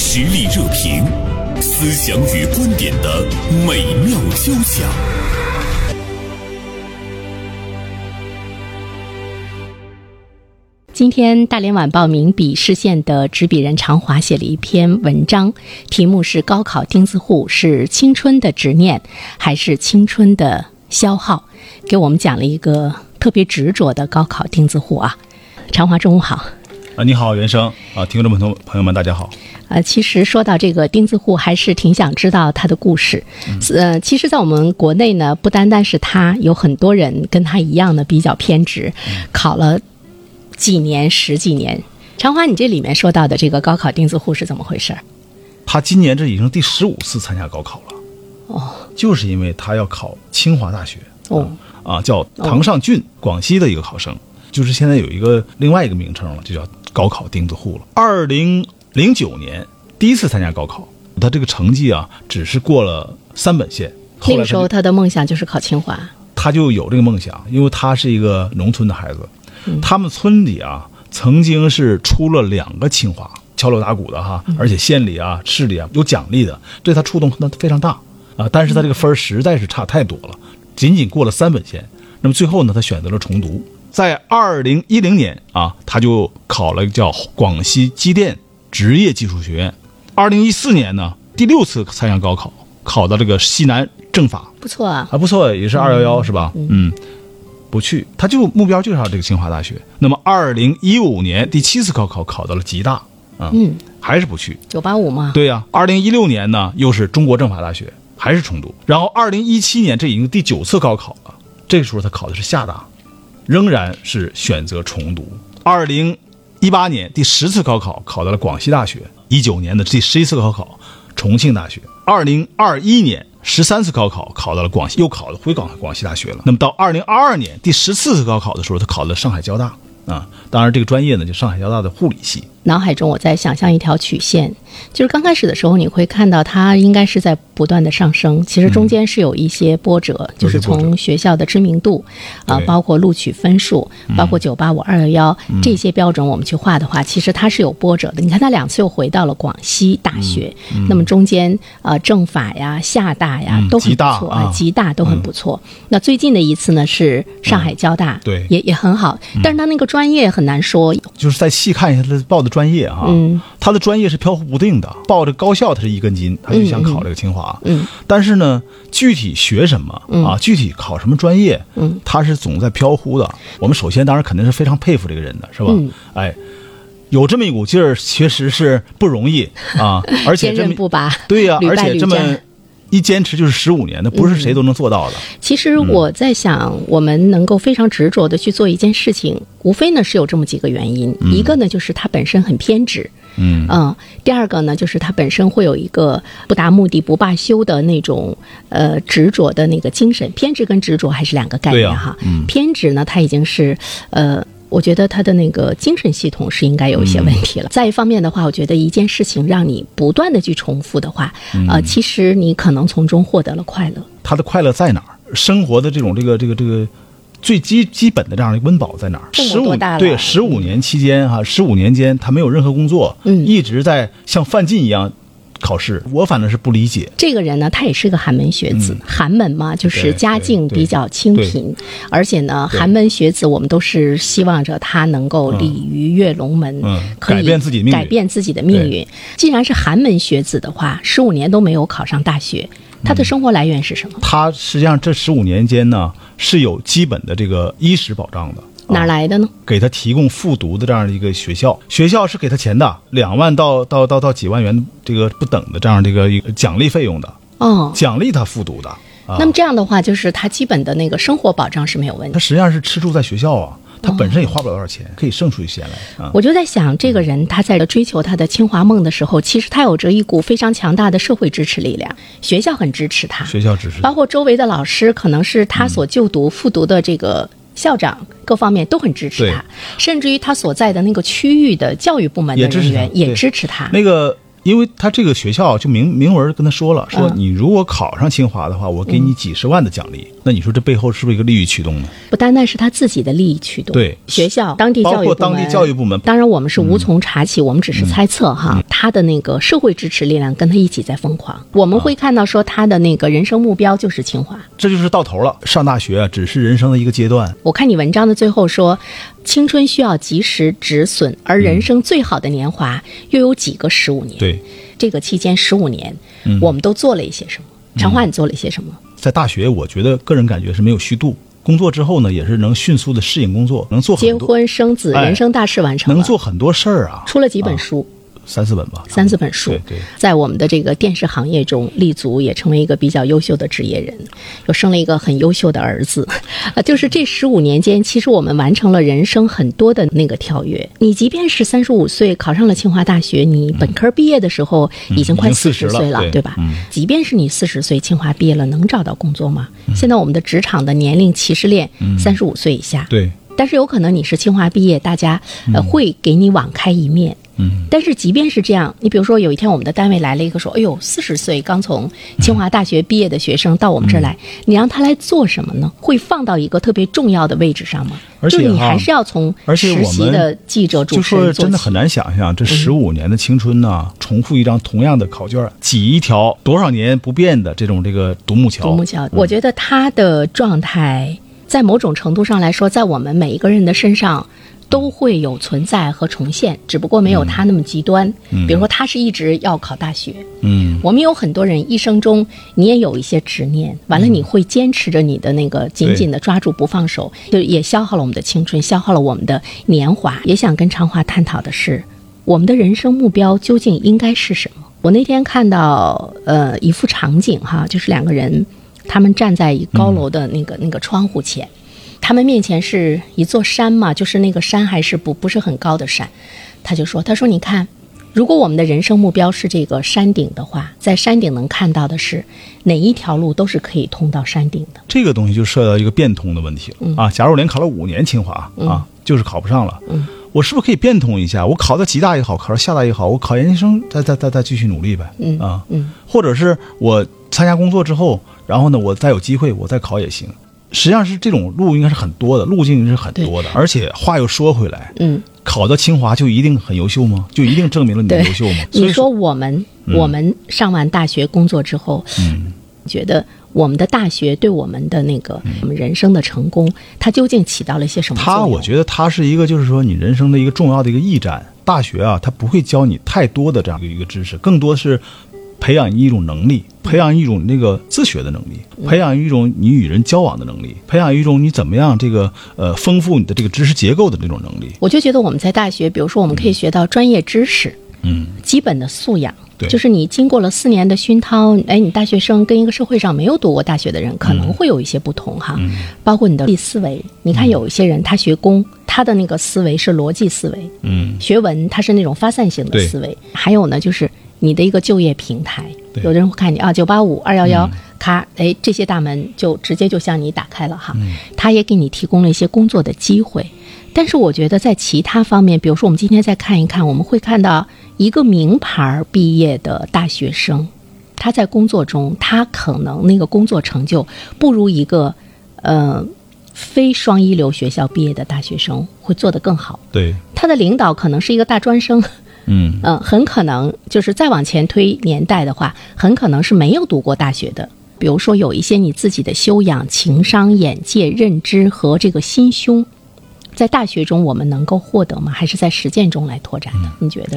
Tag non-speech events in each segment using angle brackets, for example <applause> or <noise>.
实力热评，思想与观点的美妙交响。今天，《大连晚报》名笔视线的执笔人常华写了一篇文章，题目是《高考钉子户是青春的执念，还是青春的消耗》，给我们讲了一个特别执着的高考钉子户啊。常华，中午好。啊，你好，袁生啊，听众朋友朋友们，大家好。呃，其实说到这个钉子户，还是挺想知道他的故事。嗯呃，其实，在我们国内呢，不单单是他，有很多人跟他一样的比较偏执，嗯考了几年、十几年。长华，你这里面说到的这个高考钉子户是怎么回事儿？他今年这已经是第十五次参加高考了，哦，就是因为他要考清华大学哦，啊，叫唐尚俊，广西的一个考生，就是现在有一个另外一个名称了，就叫高考钉子户了。二零零九年第一次参加高考，他这个成绩啊，只是过了三本线。后那来个他时就候他的梦想就是考清华。他就有这个梦想，因为他是一个农村的孩子，他们村里啊曾经是出了两个清华，敲锣打鼓的哈，而且县里啊、市里啊有奖励的，对他触动那非常大啊。但是他这个分儿实在是差太多了，仅仅过了三本线。那么最后呢，他选择了重读，在二零一零年啊，他就考了一个叫广西机电职业技术学院。二零一四年呢，第六次参加高考，考到这个西南政法。不错啊，还不错，也是二幺幺是吧？嗯，不去，他就目标就是要这个清华大学。那么二零一五年第七次高考考到了吉大啊，嗯，还是不去。九八五嘛，对呀、2二零一六年呢又是中国政法大学，还是重读。然后二零一七年这已经第九次高考了，这个时候他考的是厦大，仍然是选择重读。二零一八年第十次高考考到了广西大学，一九年的第十一次高考重庆大学，二零二一年十三次高考考到了广西，又考了回广广西大学了。那么到二零二二年第十四次高考的时候，他考了上海交大啊，当然这个专业呢就上海交大的护理系。脑海中我在想象一条曲线，就是刚开始的时候你会看到它应该是在不断的上升，其实中间是有一些波折，嗯就是从学校的知名度啊、对嗯包括录取分数，包括九八五、二幺幺这些标准，我们去画的话，其实它是有波折的。你看，它两次又回到了广西大学，那么中间呃政法呀、厦大呀、嗯都很吉不大错呃啊吉大都很不错。那最近的一次呢是上嗯海交大，对也也很好，嗯但是它那个专业很难说，就是再细看一下他报的专业哈、嗯他的专业是飘忽不定的，报这高校他是一根筋，他就想考这个清华，嗯嗯但是呢，具体学什么、啊，具体考什么专业，嗯，他是总在飘忽的。我们首先当然肯定是非常佩服这个人的，是吧？嗯哎，有这么一股劲儿，确实是不容易 <laughs> 啊，而且坚这韧么不拔。对呀、屡而败且屡这么战嗯一坚持就是十五年，那不是谁都能做到的。其实我在想，我们能够非常执着的去做一件事情，无非呢是有这么几个原因。一个呢就是它本身很偏执，嗯第二个呢就是它本身会有一个不达目的不罢休的那种呃执着的那个精神。偏执跟执着还是两个概对念呀哈。偏执呢，它已经是呃。我觉得他的那个精神系统是应该有一些问题了。再一方面的话，我觉得一件事情让你不断的去重复的话，呃，其实你可能从中获得了快乐。他的快乐在哪儿？生活的这种这个这个这个最基基本的这样的温饱在哪儿？父母十多五大了对十五年期间哈，十五年间他没有任何工作，嗯一直在像范进一样考试。我反正是不理解，这个人呢，他也是个寒门学子。寒门嘛，就是嗯对家境比较清贫，而且呢，对寒门学子，我们都是希望着他能够鲤鱼跃龙门，嗯可以改变自己命运改变自己的命运。既然是寒门学子的话，十五年都没有考上大学，嗯他的生活来源是什么？他实际上这十五年间呢是有基本的这个衣食保障的。哪来的呢？给他提供复读的这样的一个学校，学校是给他钱的，两万到到到到几万元这个不等的这样的一个一个奖励费用的，哦，奖励他复读的。那么这样的话，就是他基本的那个生活保障是没有问题的他。实际上是吃住在学校啊，他本哦身也花不了多少钱，可以剩出一些来啊。我就在想，这个人他在追求他的清华梦的时候，其实他有着一股非常强大的社会支持力量，学校很支持他，学校支持包括周围的老师，可能是他所就读、复读的这个校长，各方面都很支持他，甚至于他所在的那个区域的教育部门的也支持人他员也对支持他。那个，因为他这嗯个学校就明明文跟他说了，说你如果考上清华的话，我给你几十万的奖励。那你说这背后是不是一个利益驱动呢？不单单是他自己的利益驱动，对学校、当地包教育括部门、当地教育部门嗯当然，我们是无从查起，我们只是猜测哈。他的那个社会支持力量跟他一起在疯狂，我们会看到说他的那个人生目标就是清华。这就是到头了。上大学啊，只是人生的一个阶段，我看你文章的最后说，青春需要及时止损，而人生最好的年华又有几个十五年？对，这个期间十五年，嗯我们都做了一些什么？长华，你做了一些什么？在大学，我觉得个人感觉是没有虚度。工作之后呢，也是能迅速的适应工作，能做结很多，婚生子，哎人生大事完成了，能做很多事儿啊，出了几本书。三四本吧，三四本书对对，在我们的这个电视行业中立足，也成为一个比较优秀的职业人，又生了一个很优秀的儿子， <laughs> 啊，就是这十五年间，其实我们完成了人生很多的那个跳跃。你即便是三十五岁考上了清华大学，你本科毕业的时候已经快已经四40十岁了对对吧？即便是你四十岁清华毕业了，能找到工作吗？现在我们的职场的年龄歧视链，三十五岁以下，对，但是有可能你是清华毕业，大家呃嗯会给你网开一面。嗯，但是即便是这样，你比如说有一天我们的单位来了一个说，哎呦，四十岁刚从清华大学毕业的学生到我们这儿来，嗯你让他来做什么呢？会放到一个特别重要的位置上吗？而且就你哈还是要从而且实我习们的记者、主就持人说做真的起嗯很难想象，这十五年的青春呐，重复一张同样的考卷，挤一条多少年不变的这种这个独木桥。独木桥。我觉得他的状态，在某种程度上来说，在我们每一个人的身上。都会有存在和重现，只不过没有他那么极端。比如说，他是一直要考大学，嗯，我们有很多人一生中，你也有一些执念，完了你会坚持着你的那个，紧紧的抓住不放手，就也消耗了我们的青春，消耗了我们的年华。也想跟长华探讨的是，我们的人生目标究竟应该是什么？我那天看到呃一幅场景哈，就是两个人，他们站在一高楼的那个、那个窗户前，他们面前是一座山嘛，就是那个山还是不不是很高的山，他就说：“他说你看，如果我们的人生目标是这个山顶的话，在山顶能看到的是哪一条路都是可以通到山顶的。嗯这个东西就涉及到一个变通的问题了、啊。假如我连考了五年清华、啊，就是考不上了，嗯我是不是可以变通一下？我考到吉大也好，考到厦大也好，我考研究生再再再再继续努力呗，嗯啊，嗯或者是我参加工作之后，然后呢，我再有机会我再考也行。实际上是这种路应该是很多的，路径是很多的。而且话又说回来，嗯，考到清华就一定很优秀吗？就一定证明了你的对优秀吗？你所以说我们、我们上完大学工作之后，嗯觉得我们的大学对我们的那个、我们人生的成功，它究竟起到了一些什么作它，用？我觉得它是一个，就是说你人生的一个重要的一个驿站。大学啊，它不会教你太多的这样的一个知识，更多是培养一种能力，培养一种那个自学的能力，培养一种你与人交往的能力，培养一种你怎么样这个呃丰富你的这个知识结构的这种能力。我就觉得我们在大学，比如说我们可以学到专业知识，嗯，基本的素养。对就是你经过了四年的熏陶，哎，你大学生跟一个社会上没有读过大学的人可能会有一些不同哈，包括你的思维。你看有一些人他学工，他的那个思维是逻辑思维，嗯，学文它是那种发散型的对思维。还有呢，就是你的一个就业平台，对嗯有的人会看你啊，九八五、二幺幺，咔，哎，这些大门就直接就向你打开了哈。嗯它也给你提供了一些工作的机会。但是我觉得在其他方面，比如说我们今天再看一看，我们会看到一个名牌儿毕业的大学生，他在工作中，他可能那个工作成就不如一个，呃，非双一流学校毕业的大学生会做得更好。对，他的领导可能是一个大专生， <laughs> 嗯，嗯，很可能就是再往前推年代的话，很可能是没有读过大学的。比如说，有一些你自己的修养、情商、眼界、认知和这个心胸，在大学中我们能够获得吗？还是在实践中来拓展的？你觉得？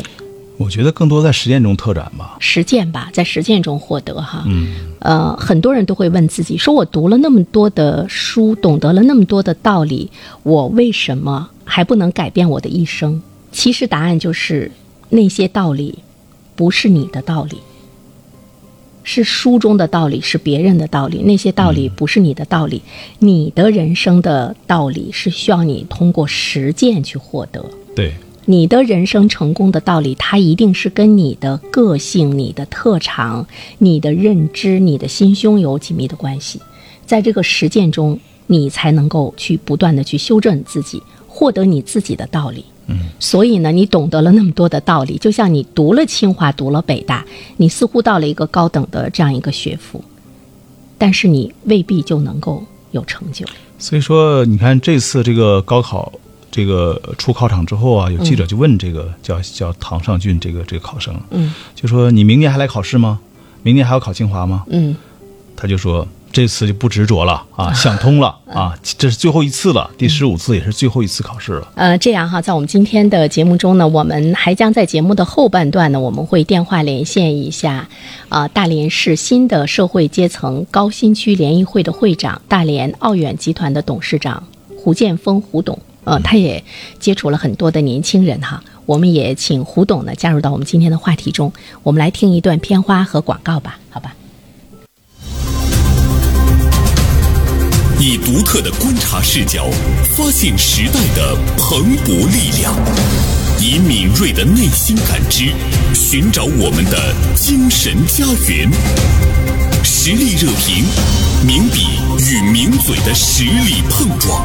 我觉得更多在实践中拓展吧。实践吧，在实践中获得哈。嗯，呃，很多人都会问自己，说我读了那么多的书，懂得了那么多的道理，我为什么还不能改变我的一生？其实答案就是那些道理不是你的道理。是书中的道理，是别人的道理，那些道理不是你的道理。你的人生的道理是需要你通过实践去获得。对，你的人生成功的道理，它一定是跟你的个性、你的特长、你的认知、你的心胸有紧密的关系。在这个实践中，你才能够去不断的去修正自己，获得你自己的道理。嗯，所以呢，你懂得了那么多的道理，就像你读了清华，读了北大，你似乎到了一个高等的这样一个学府，但是你未必就能够有成就。所以说，你看这次这个高考这个出考场之后啊，有记者就问这个、叫叫唐尚俊这个这个考生，嗯，就说你明年还来考试吗？明年还要考清华吗？嗯，他就说这次就不执着了啊，想 <laughs> 通了嗯啊，这是最后一次了，第十五次也是最后一次考试了。呃，这样哈，在我们今天的节目中呢，我们还将在节目的后半段呢，我们会电话连线一下，啊、大连市新的社会阶层高新区联谊会的会长、大连奥远集团的董事长胡建峰胡董，呃，他也接触了很多的年轻人哈。我们也请胡董呢加入到我们今天的话题中，我们来听一段片花和广告吧，好吧？以独特的观察视角，发现时代的蓬勃力量；以敏锐的内心感知，寻找我们的精神家园。实力热评，名笔与名嘴的实力碰撞。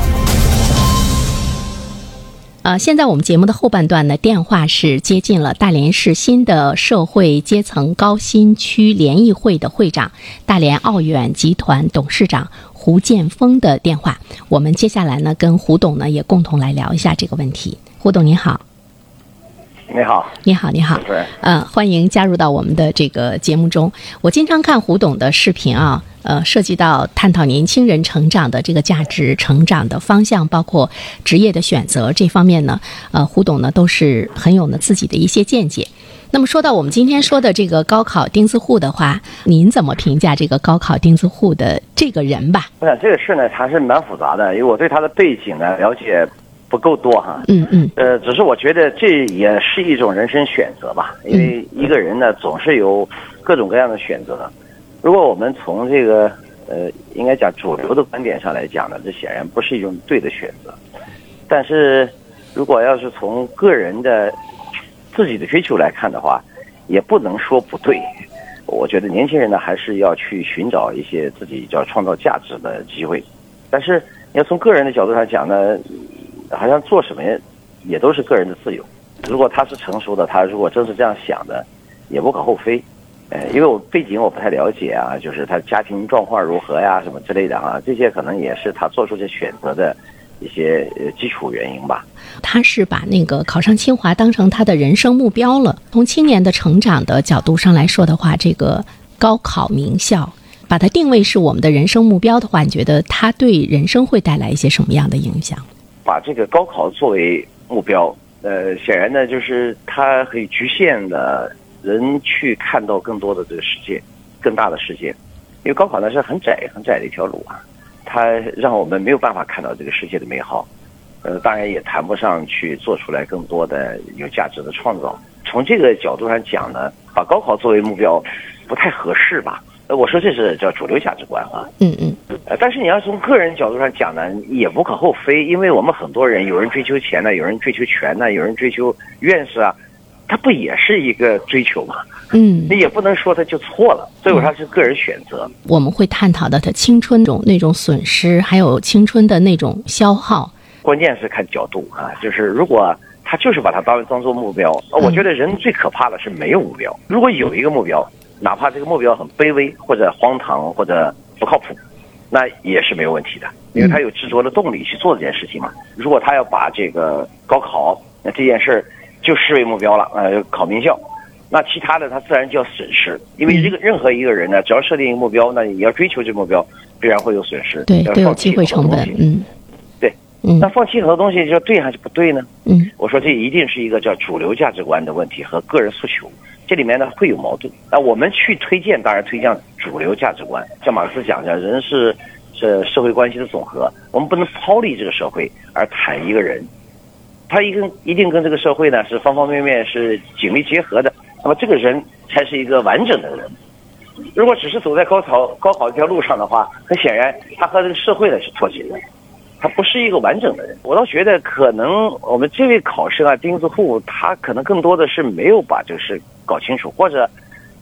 呃，现在我们节目的后半段呢，电话是接近了大连市新的社会阶层高新区联谊会的会长、大连奥远集团董事长胡建峰的电话。我们接下来呢，跟胡董呢也共同来聊一下这个问题。胡董您好，你好，你好，你好，对，呃，欢迎加入到我们的这个节目中。我经常看胡董的视频啊，呃，涉及到探讨年轻人成长的这个价值、成长的方向，包括职业的选择这方面呢，呃，胡董呢都是很有呢自己的一些见解。那么说到我们今天说的这个高考钉子户的话，您怎么评价这个高考钉子户的这个人吧？我想这个事呢还是蛮复杂的，因为我对他的背景呢了解不够多哈。嗯嗯呃，只是我觉得这也是一种人生选择吧，因为一个人呢总是有各种各样的选择。如果我们从这个呃，应该讲主流的观点上来讲呢，这显然不是一种对的选择。但是如果要是从个人的自己的追求来看的话，也不能说不对。我觉得年轻人呢，还是要去寻找一些自己叫创造价值的机会。但是你要从个人的角度上讲呢，好像做什么也都是个人的自由。如果他是成熟的，他如果真是这样想的，也无可厚非。呃，因为我背景我不太了解啊，就是他家庭状况如何呀，什么之类的啊，这些可能也是他做出这选择的一些呃基础原因吧。他是把那个考上清华当成他的人生目标了。从青年的成长的角度上来说的话，这个高考名校把它定位是我们的人生目标的话，你觉得它对人生会带来一些什么样的影响？把这个高考作为目标，呃，显然呢，就是它可以局限了人去看到更多的这个世界，更大的世界，因为高考呢是很窄很窄的一条路啊，它让我们没有办法看到这个世界的美好，呃，当然也谈不上去做出来更多的有价值的创造。从这个角度上讲呢，把高考作为目标不太合适吧？呃，我说这是叫主流价值观啊。嗯嗯呃，但是你要从个人角度上讲呢，也无可厚非，因为我们很多人，有人追求钱呢，有人追求权呢，有人追求院士啊，他不也是一个追求吗？ <laughs> 嗯，你也不能说他就错了，所以我说是个人选择。我们会探讨到他青春中那种损失，还有青春的那种消耗。关键是看角度啊，就是如果他就是把它当当做目标，呃我觉得人最可怕的是没有目标。嗯如果有一个目标，哪怕这个目标很卑微或者荒唐或者不靠谱，那也是没有问题的，因为他有执着的动力去做这件事情嘛。如果他要把这个高考那这件事儿就视为目标了，呃，考名校。那其他的他自然就要损失，因为这个任何一个人呢，只要设定一个目标，那你要追求这个目标，必然会有损失，对，要都有放弃机会很多成东本西。嗯，对，嗯那放弃很多东西，就对还是不对呢？嗯我说这一定是一个叫主流价值观的问题和个人诉求，这里面呢会有矛盾。那我们去推荐，当然推荐主流价值观，像马克思讲的，人是是社会关系的总和，我们不能抛离这个社会而谈一个人，他一定一定跟这个社会呢是方方面面是紧密结合的，那么这个人才是一个完整的人。如果只是走在高考高考这条路上的话，很显然他和这个社会呢是脱节的。他不是一个完整的人。我倒觉得，可能我们这位考生啊，钉子户，他可能更多的是没有把这个事搞清楚，或者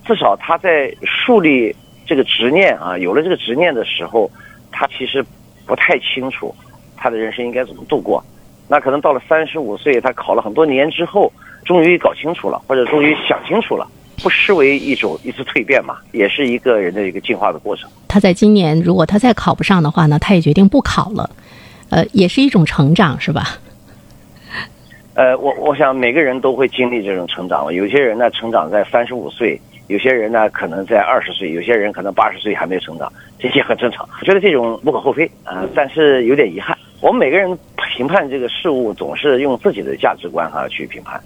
至少他在树立这个执念啊，有了这个执念的时候，他其实不太清楚他的人生应该怎么度过。那可能到了三十五岁，他考了很多年之后，终于搞清楚了，或者终于想清楚了，不失为一种一次蜕变嘛，也是一个人的一个进化的过程。他在今年如果他再考不上的话呢，他也决定不考了，呃，也是一种成长，是吧？呃，我我想每个人都会经历这种成长，有些人呢成长在三十五岁，有些人呢可能在二十岁，有些人可能八十岁还没有成长，这些很正常。我觉得这种无可厚非啊、呃但是有点遗憾，我们每个人评判这个事物总是用自己的价值观哈、去评判，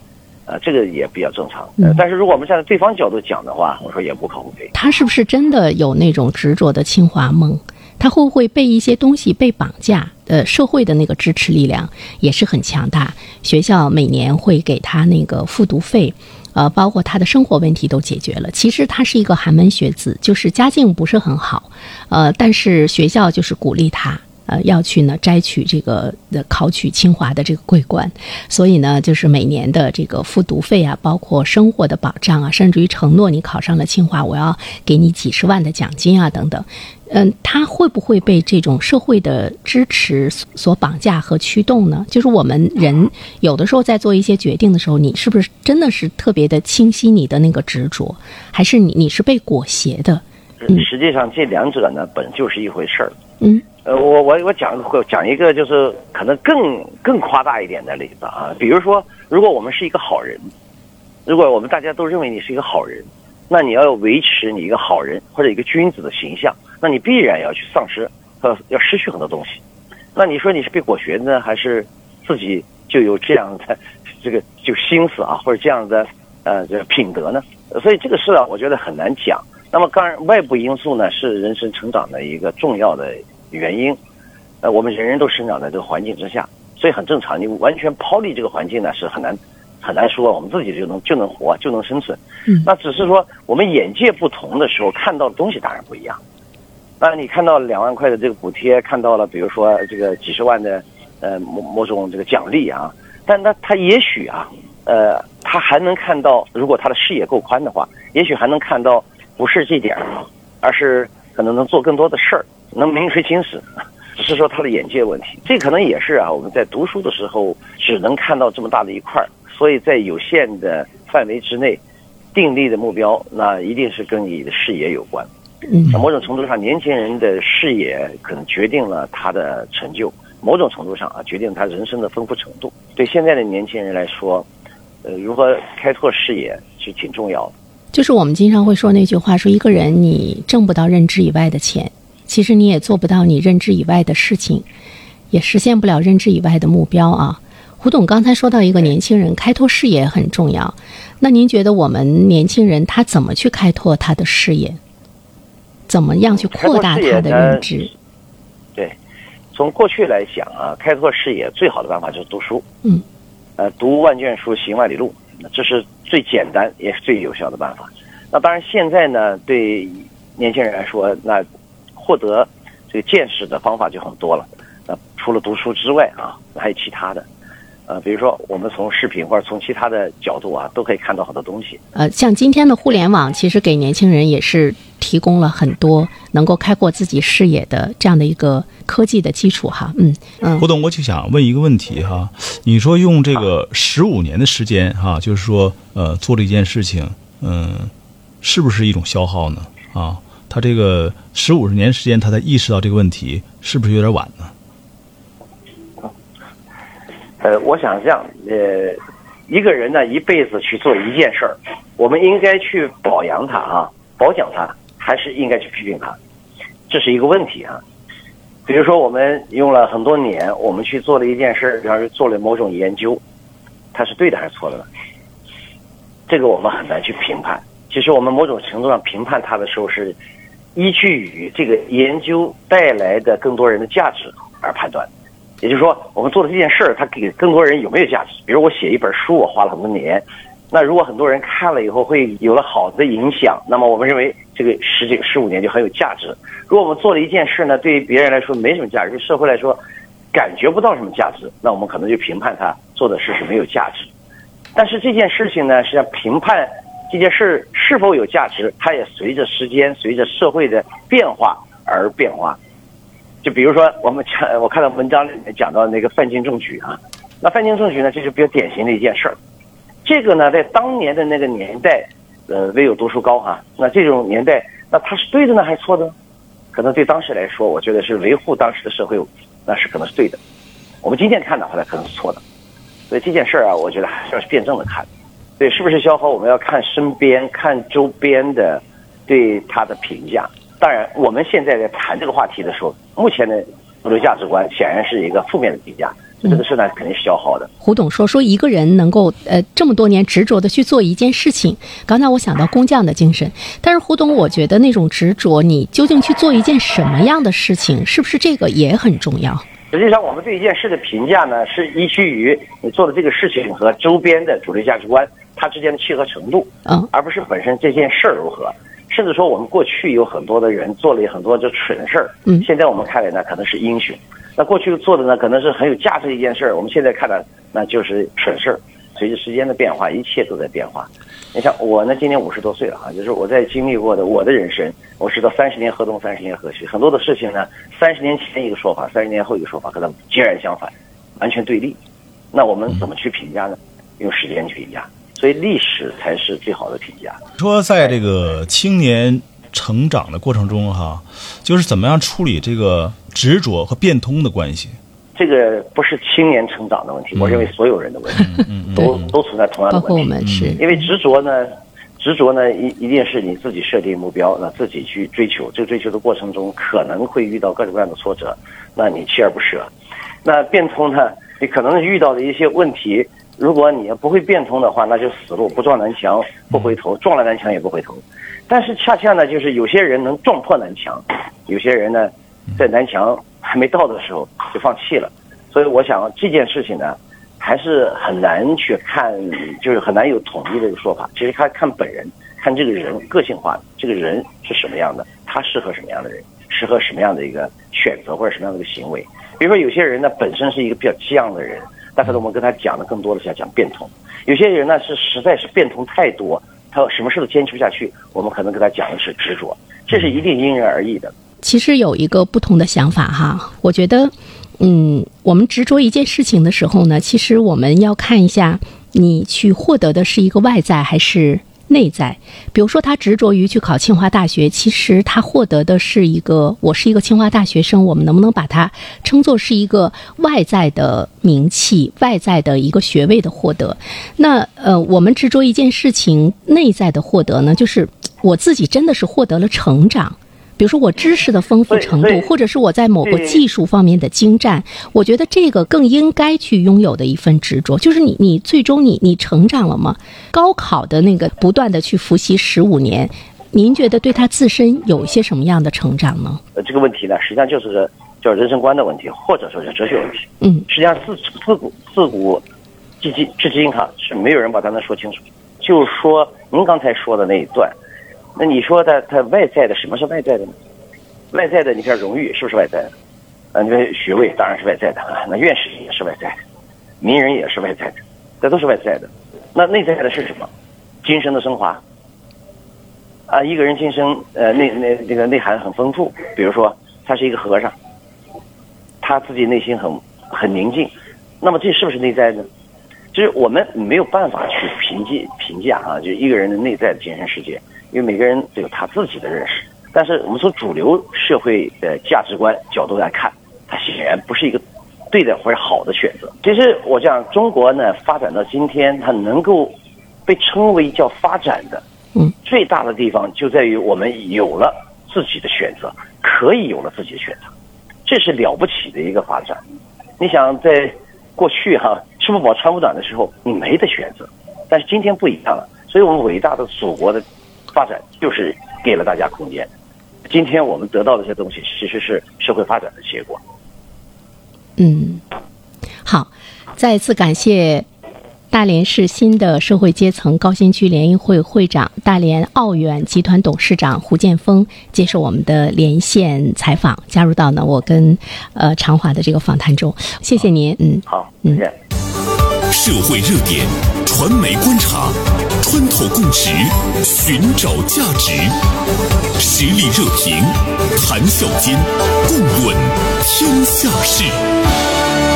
呃，这个也比较正常。呃嗯但是如果我们站在对方角度讲的话，我说也无可厚非。他是不是真的有那种执着的清华梦？他会不会被一些东西被绑架？呃，社会的那个支持力量也是很强大。学校每年会给他那个复读费，呃，包括他的生活问题都解决了。其实他是一个寒门学子，就是家境不是很好，呃，但是学校就是鼓励他。呃，要去呢摘取这个呃考取清华的这个桂冠，所以呢，就是每年的这个复读费啊，包括生活的保障啊，甚至于承诺你考上了清华，我要给你几十万的奖金啊，等等。嗯，他会不会被这种社会的支持所所绑架和驱动呢？就是我们人有的时候在做一些决定的时候，你是不是真的是特别的清晰你的那个执着，还是你你是被裹挟的？实际上这两者呢本就是一回事儿。嗯呃，我我我讲讲一个就是可能更更夸大一点的例子啊，比如说，如果我们是一个好人，如果我们大家都认为你是一个好人，那你要维持你一个好人或者一个君子的形象，那你必然要去丧失呃要失去很多东西。那你说你是被裹挟呢，还是自己就有这样的 <laughs> 这个就心思啊，或者这样的呃这个品德呢？所以这个事啊，我觉得很难讲。那么当然，外部因素呢是人生成长的一个重要的原因。呃，我们人人都生长在这个环境之下，所以很正常。你完全抛离这个环境呢，是很难很难说我们自己就能就能活就能生存。嗯那只是说我们眼界不同的时候，看到的东西当然不一样。那你看到两万块的这个补贴，看到了比如说这个几十万的呃某某种这个奖励啊，但他他也许啊，呃，他还能看到，如果他的视野够宽的话，也许还能看到不是这点儿，而是可能能做更多的事儿，能名垂青史。只是说他的眼界问题，这可能也是啊，我们在读书的时候只能看到这么大的一块儿，所以在有限的范围之内，定立的目标，那一定是跟你的视野有关。嗯那某种程度上，年轻人的视野可能决定了他的成就，某种程度上啊，决定他人生的丰富程度。对现在的年轻人来说，呃，如何开拓视野是挺重要的。就是我们经常会说那句话，说一个人你挣不到认知以外的钱，其实你也做不到你认知以外的事情，也实现不了认知以外的目标啊。胡董刚才说到一个年轻人开拓视野很重要，那您觉得我们年轻人他怎么去开拓他的视野？怎么样去扩大他的认开拓视野知呢？对，从过去来讲啊，开拓视野最好的办法就是读书。嗯，呃，读万卷书，行万里路，这是最简单也是最有效的办法。那当然，现在呢，对年轻人来说，那获得这个见识的方法就很多了。呃，除了读书之外啊，还有其他的。呃，比如说，我们从视频或者从其他的角度啊，都可以看到很多东西。呃，像今天的互联网，其实给年轻人也是提供了很多能够开阔自己视野的这样的一个科技的基础哈。嗯嗯胡董，我就想问一个问题哈，你说用这个十五年的时间哈，就是说呃做了一件事情，嗯、是不是一种消耗呢？啊，他这个十五年时间他才意识到这个问题，是不是有点晚呢？呃，我想这样，呃，一个人呢一辈子去做一件事儿，我们应该去表扬他啊，褒奖他，还是应该去批评他？这是一个问题啊。比如说，我们用了很多年，我们去做了一件事儿，比方说做了某种研究，它是对的还是错的呢？这个我们很难去评判。其实我们某种程度上评判它的时候，是依据于这个研究带来的更多人的价值而判断。也就是说，我们做的这件事儿，它给更多人有没有价值？比如我写一本书，我花了很多年，那如果很多人看了以后会有了好的影响，那么我们认为这个十几十五年就很有价值。如果我们做了一件事呢，对于别人来说没什么价值，对社会来说感觉不到什么价值，那我们可能就评判他做的事是没有价值。但是这件事情呢，实际上评判这件事是否有价值，它也随着时间、随着社会的变化而变化。就比如说，我们看 <laughs> 我看到文章里面讲到那个范进中举啊，那范进中举呢，这就比较典型的一件事儿。这个呢，在当年的那个年代，呃，唯有读书高啊。那这种年代，那他是对的呢，还是错的？可能对当时来说，我觉得是维护当时的社会，那是可能是对的。我们今天看的话呢，可能是错的。所以这件事儿啊，我觉得还是要辩证的看。对，是不是萧何，我们要看身边、看周边的对他的评价。当然，我们现在在谈这个话题的时候，目前的主流价值观显然是一个负面的评价，这个事呢肯定是消耗的。胡董说：“说一个人能够呃这么多年执着的去做一件事情，刚才我想到工匠的精神，但是胡董，我觉得那种执着，你究竟去做一件什么样的事情，是不是这个也很重要？实际上，我们对一件事的评价呢，是依据于你做的这个事情和周边的主流价值观它之间的契合程度，嗯而不是本身这件事儿如何。甚至说，我们过去有很多的人做了很多这蠢事儿，嗯现在我们看来呢，可能是英雄；那过去做的呢，可能是很有价值的一件事儿，我们现在看呢，那就是蠢事儿。随着时间的变化，一切都在变化。你像我呢，今年五十多岁了哈，就是我在经历过的我的人生，我知道三十年河东，三十年河西，很多的事情呢，三十年前一个说法，三十年后一个说法，可能截然相反，完全对立。那我们怎么去评价呢？用时间去评价，所以历史才是最好的评价。说在这个青年成长的过程中哈，就是怎么样处理这个执着和变通的关系。这个不是青年成长的问题，我认为所有人的问题，都都存在同样的包括我问题。们是因为执着呢，执着呢一一定是你自己设定目标，那自己去追求。这个追求的过程中，可能会遇到各种各样的挫折，那你锲而不舍。那变通呢，你可能遇到的一些问题，如果你不会变通的话，那就死路不撞南墙不回头，撞了南墙也不回头。但是恰恰呢，就是有些人能撞破南墙，有些人呢，在南墙还没到的时候就放弃了。所以我想这件事情呢，还是很难去看，就是很难有统一的一个说法。其实看看本人，看这个人个性化，这个人是什么样的，他适合什么样的人，适合什么样的一个选择或者什么样的一个行为。比如说有些人呢本身是一个比较激昂的人，但可能我们跟他讲的更多的是要讲变通。有些人呢是实在是变通太多，他什么事都坚持不下去，我们可能跟他讲的是执着，这是一定因人而异的。其实有一个不同的想法哈，我觉得，嗯，我们执着一件事情的时候呢，其实我们要看一下你去获得的是一个外在还是内在。比如说，他执着于去考清华大学，其实他获得的是一个我是一个清华大学生，我们能不能把它称作是一个外在的名气、外在的一个学位的获得？那呃，我们执着一件事情内在的获得呢，就是我自己真的是获得了成长。比如说我知识的丰富对程度对，或者是我在某个对技术方面的精湛，我觉得这个更应该去拥有的一份执着，就是你你最终你你成长了吗？高考的那个不断的去复习十五年，您觉得对他自身有一些什么样的成长呢？呃，这个问题呢，实际上就是叫人生观的问题，或者说是哲学问题。嗯实际上自自古自古至今至今哈是没有人把它能说清楚。就是说您刚才说的那一段，那你说它它外在的什么是外在的呢？外在的，你看荣誉是不是外在的？啊，你看学位当然是外在的啊，那院士也是外在的，名人也是外在的，这都是外在的。那内在的是什么？精神的升华。啊，一个人今生呃内内这个内涵很丰富，比如说他是一个和尚，他自己内心很很宁静，那么这是不是内在呢？就是我们没有办法去评价评价啊，就是一个人的内在的精神世界，因为每个人都有他自己的认识。但是我们从主流社会的价值观角度来看，它显然不是一个对的或者好的选择。其实我讲中国呢，发展到今天，它能够被称为叫发展的，最大的地方就在于我们有了自己的选择，可以有了自己的选择，这是了不起的一个发展。你想，在过去哈、吃不饱穿不暖的时候，你没得选择，但是今天不一样了。所以我们伟大的祖国的发展就是给了大家空间。今天我们得到的这些东西，其实是社会发展的结果。嗯，好，再一次感谢大连市新的社会阶层高新区联谊会会长、大连奥远集团董事长胡建峰接受我们的连线采访，加入到呢我跟呃长华的这个访谈中，谢谢您，嗯。好，再见。社会热点，传媒观察，穿透共识，寻找价值，实力热评，谈笑间，共论天下事。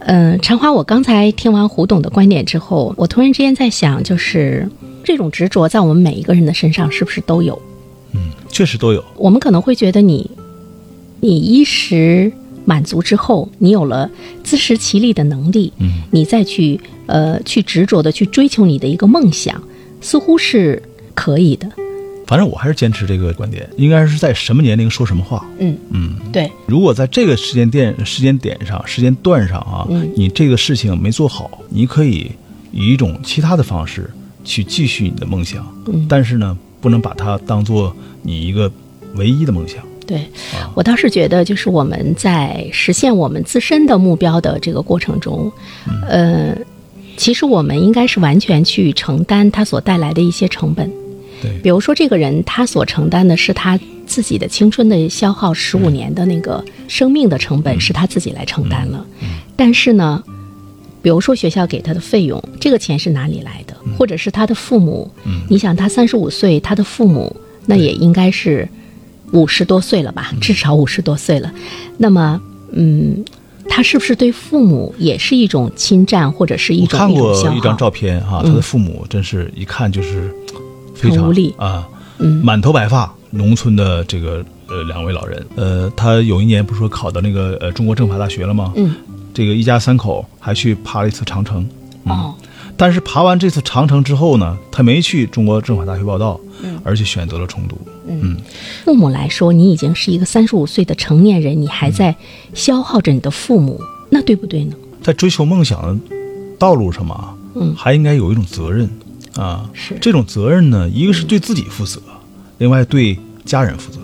嗯，长华，我刚才听完胡董的观点之后，我突然之间在想，就是这种执着在我们每一个人的身上是不是都有？确实都有。我们可能会觉得你，你衣食满足之后，你有了自食其力的能力，嗯，你再去呃去执着的去追求你的一个梦想，似乎是可以的。反正我还是坚持这个观点，应该是在什么年龄说什么话。嗯嗯，对，如果在这个时间点、时间点上、时间段上啊，嗯你这个事情没做好，你可以以一种其他的方式去继续你的梦想，嗯但是呢，不能把它当做你一个唯一的梦想。对，我倒是觉得，就是我们在实现我们自身的目标的这个过程中，呃，其实我们应该是完全去承担它所带来的一些成本。对比如说，这个人他所承担的是他自己的青春的消耗，十五年的那个生命的成嗯本是他自己来承担了。但是呢，比如说学校给他的费用，这个钱是哪里来的？嗯或者是他的父母？你想，他三十五岁，他的父母那也应该是五十多岁了嗯吧，至少五十多岁了。那么，嗯，他是不是对父母也是一种侵占，或者是一我种看一种消过耗？一张照片啊，他的父母真是一看就是非很常无力嗯啊，满头白发，农村的这个呃两位老人，呃，他有一年不是说考到那个呃中国政法大学了吗？嗯，这个一家三口还去爬了一次长城，嗯哦，但是爬完这次长城之后呢，他没去中国政法大学报道，嗯而且选择了重读。父母来说，你已经是一个三十五岁的成年人，你还在消耗着你的父母，那对不对呢？在追求梦想的道路上嘛，嗯，还应该有一种责任啊。是这种责任呢，一个是对自己负责，另外对家人负责。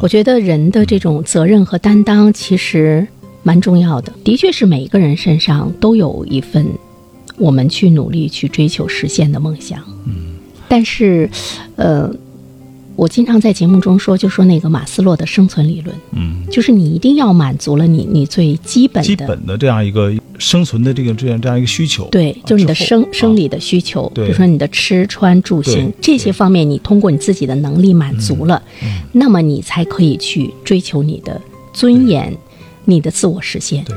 我觉得人的这种责任和担当其实蛮重要的，的确是每一个人身上都有一份我们去努力去追求实现的梦想。嗯，但是，呃，我经常在节目中说，就说那个马斯洛的生存理论，嗯，就是你一定要满足了你你最基本的基本的这样一个生存的这个这样这样一个需求，对，就是你的之后生生啊理的需求，比对如说你的吃穿住行对嗯这些方面，你通过你自己的能力满足了，那么你才可以去追求你的尊严，你的自我实现。对，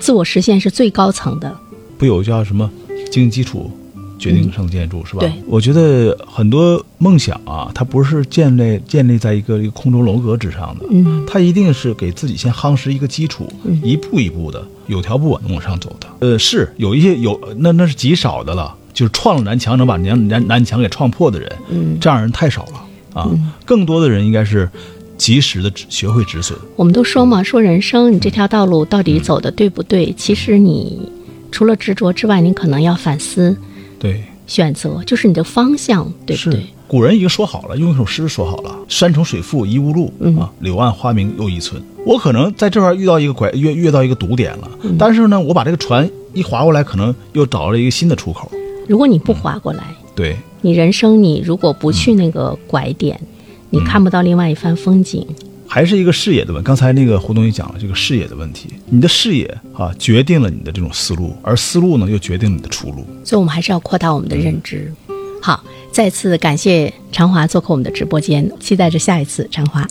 自我实现是最高层的，不有叫什么经济基础决定上建筑、是吧？对我觉得很多梦想啊，它不是建立建立在一个一个空中楼阁之上的，嗯，它一定是给自己先夯实一个基础，一步一步的有条不紊的往上走的。呃，是有一些有那那是极少的了，就是撞了南墙能把南南南墙给撞破的人，嗯，这样人太少了啊。嗯更多的人应该是及时的学会止损，我们都说嘛，说人生嗯你这条道路到底走的对不对？其实你除了执着之外，你可能要反思对。选择，就是你的方向对不是对？古人已经说好了，用一首诗说好了：“山重水复疑无路，嗯啊，柳暗花明又一村。”我可能在这块儿遇到一个拐，遇遇到一个堵点了，嗯但是呢，我把这个船一划过来，可能又找了一个新的出口。如果你嗯不划过来，对，你人生你如果嗯不去那个拐点，你看不到另外一番风景。还是一个视野的问。刚才那个胡东也讲了这个视野的问题，你的视野啊，决定了你的这种思路，而思路呢，又决定了你的出路。所以我们还是要扩大我们的认知。好，再次感谢常华做客我们的直播间，期待着下一次常华。